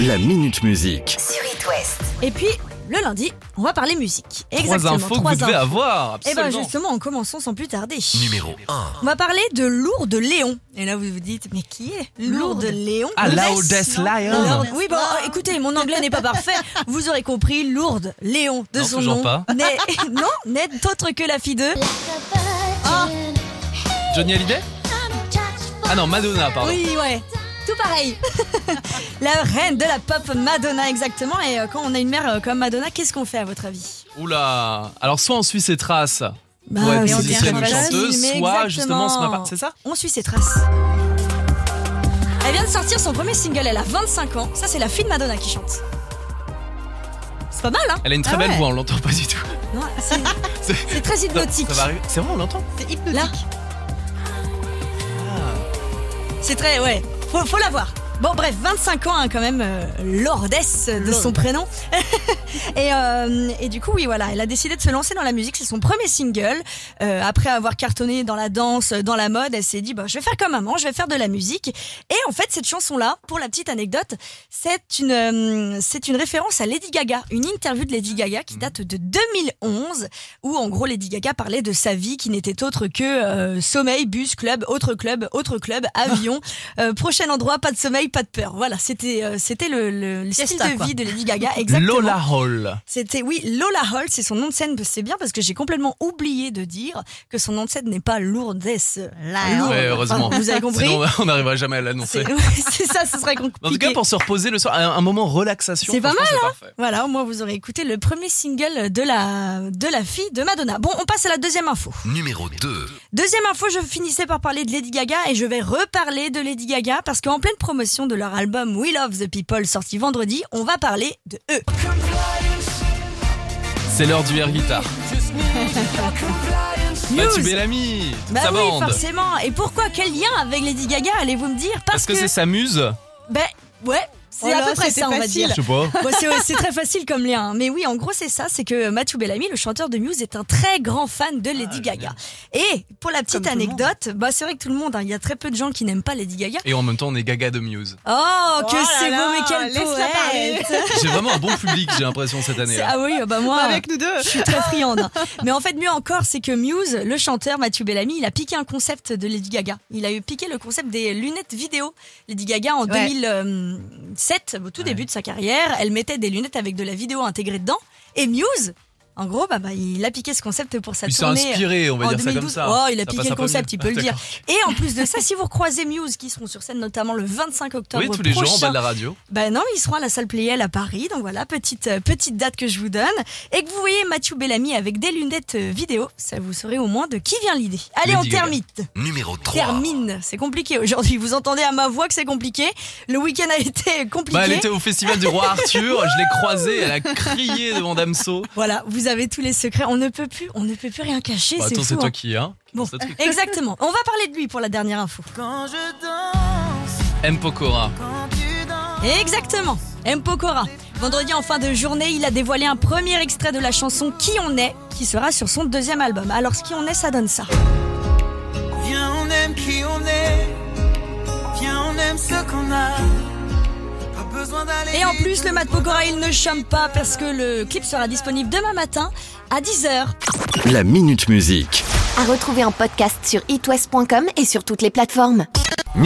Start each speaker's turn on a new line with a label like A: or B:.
A: La Minute Musique.
B: sur It West.
C: Et puis, le lundi, on va parler musique.
D: Trois infos que vous devez avoir,
C: Et ben
D: absolument.
C: justement, commençons sans plus tarder.
D: Numéro 1.
C: On va parler de Lourdes Léon. Et là, vous vous dites, mais qui est Lourdes Léon
D: Ah,
C: Lourdes-
D: Lourdes Lion.
C: Lourdes- Oui, bon, écoutez, mon anglais n'est pas parfait. Vous aurez compris, Lourdes Léon, de
D: Non,
C: son
D: toujours
C: nom.
D: pas.
C: N'est, non, n'est autre que la fille de...
D: Johnny Hallyday Ah non, Madonna, pardon.
C: Oui, ouais. Tout pareil. la reine de la pop, Madonna, exactement. Et euh, quand on a une mère euh, comme Madonna, qu'est-ce qu'on fait à votre avis
D: Oula Alors, soit on suit ses traces
C: Bah,
D: pour être
C: mais on
D: musicienne ou
C: dirait
D: chanteuse,
C: Jasmine, mais
D: soit justement, ce
C: exactement.
D: matin. C'est ça
C: On suit ses traces. Elle vient de sortir son premier single, elle a 25 ans. Ça, c'est la fille de Madonna qui chante. C'est pas mal, hein
D: Elle a une très
C: Ah
D: belle
C: ouais.
D: voix, on l'entend pas du tout.
C: Non, C'est
D: C'est-
C: c'est très
D: Ça-
C: hypnotique.
D: ça va arriver. C'est vrai, on l'entend
C: Là.
D: Ah.
C: C'est très, ouais. Faut, faut la voir. Bon, bref, 25 ans hein, quand même, euh, Lourdes euh, de son prénom. et, euh, et du coup, oui, voilà, elle a décidé de se lancer dans la musique. C'est son premier single. Euh, après avoir cartonné dans la danse, dans la mode, elle s'est dit, bah, je vais faire comme maman, je vais faire de la musique. Et en fait, cette chanson-là, pour la petite anecdote, c'est une, euh, c'est une référence à Lady Gaga, une interview de Lady Gaga qui date de 2011, où en gros Lady Gaga parlait de sa vie qui n'était autre que euh, sommeil, bus, club, autre club, autre club, avion, euh, prochain endroit, pas de sommeil, pas de peur. Voilà, c'était euh, c'était le, le- le style
B: Fiesta,
C: de
B: quoi.
C: vie de Lady Gaga. Exactement.
D: Lola Hall.
C: C'était, oui, Lola Hall, c'est son nom de scène, c'est bien parce que j'ai complètement oublié de dire que son nom de scène n'est pas Lourdes. Lourdes.
D: Ah, Ouais, heureusement.
C: Vous avez compris
D: Sinon, on n'arrivera jamais à
C: C'est
D: l'annoncer.
C: ouais, c'est ça, ce serait compliqué.
D: En tout cas, pour se reposer le soir, un un moment relaxation.
C: C'est pas hein
D: franchement, c'est parfait.
C: Voilà, au moins vous aurez écouté le premier single de la, de la fille de Madonna. Bon, on passe à la deuxième info.
A: Numéro 2.
C: Deuxième info, je finissais par parler de Lady Gaga et je vais reparler de Lady Gaga parce qu'en pleine promotion de leur album We Love the People sorti vendredi, on va parler de eux.
D: C'est l'heure du air guitare. Mathieu
C: News.
D: Bellamy, toute
C: Bah
D: sa
C: oui,
D: bande.
C: forcément. Et pourquoi Quel lien avec Lady Gaga, allez-vous me dire Parce
D: Est-ce que c'est sa muse
C: Ben, ouais, c'est
B: Oh
C: à
B: là,
C: peu près
B: c'était
C: ça, on va
B: facile.
C: dire.
D: Je sais pas.
C: Bon, c'est, c'est très facile comme lien. hein. Mais oui, en gros, c'est ça. C'est que Mathieu Bellamy, le chanteur de Muse, est un très grand fan de Lady Gaga. Et pour la petite
B: Ah, Comme tout le
C: anecdote, bah, c'est vrai que tout le monde, hein, il y a très peu de gens qui n'aiment pas Lady Gaga.
D: Et en même temps, on est gaga de muse.
C: Oh, que
B: là
C: c'est
B: là,
C: beau, mais quel
B: laisse-la parler.
C: poète
D: J'ai vraiment un bon public, j'ai l'impression, cette
C: C'est-
D: année-là.
B: hein.
C: Ah oui, bah moi,
B: Avec nous deux.
C: je suis très friande. hein. Mais en fait, mieux encore, c'est que Muse, le chanteur Mathieu Bellamy, il a piqué un concept de Lady Gaga. Il a eu piqué le concept des lunettes vidéo. Lady Gaga, en
B: Ouais.
C: 2007, au tout début de sa carrière, elle mettait des lunettes avec de la vidéo intégrée dedans. Et Muse, en gros, bah, bah, il a piqué ce concept pour sa
D: Il s'est
C: tournée.
D: inspiré, on va
C: en
D: dire ça comme
C: 2012.
D: ça.
C: Oh, il a
D: Ça
C: piqué
D: passe
C: le
D: un peu
C: concept,
D: mieux. Ah,
C: il peut le dire.
D: D'accord.
C: Et en plus de ça, si vous croisez Muse, qui seront sur scène notamment le 25 octobre
D: Oui, tous les jours en
C: prochain,
D: bas de la radio.
C: ben non, ils seront à la salle Playel à Paris, donc voilà, petite, euh, petite date que je vous donne. Et que vous voyez Mathieu Bellamy avec des lunettes euh, vidéo, ça vous saurez au moins de qui vient l'idée. Allez,
D: Lady
C: on
D: Gaga.
C: termite.
A: Numéro 3.
C: Termine. C'est compliqué aujourd'hui. Vous entendez à ma voix que c'est compliqué. Le week-end a été compliqué.
D: Bah, elle était au festival du roi Arthur, je l'ai croisée, elle a crié devant Damso.
C: Voilà, vous avez tous les secrets. On ne peut plus, on ne peut plus rien cacher.
D: Bah,
C: c'est
D: attends, c'est
C: fou.
D: toi
C: hein.
D: qui, hein qui
C: Bon,
D: pense à truc.
C: exactement. On va parler de lui pour la dernière info.
D: M. Pokora.
C: Exactement, M. Pokora. Vendredi en fin de journée, il a dévoilé un premier extrait de la chanson Qui on est, qui sera sur son deuxième album. Alors, ce qui on est, ça donne ça.
E: Viens, on aime qui on est. Viens, on aime ce qu'on a. Pas besoin d'aller.
C: Et en
E: vite.
C: plus, le Mat Pokora, il ne chôme pas parce que le clip sera disponible demain matin à 10h.
A: La Minute Musique.
B: À retrouver en podcast sur itwest.com et sur toutes les plateformes.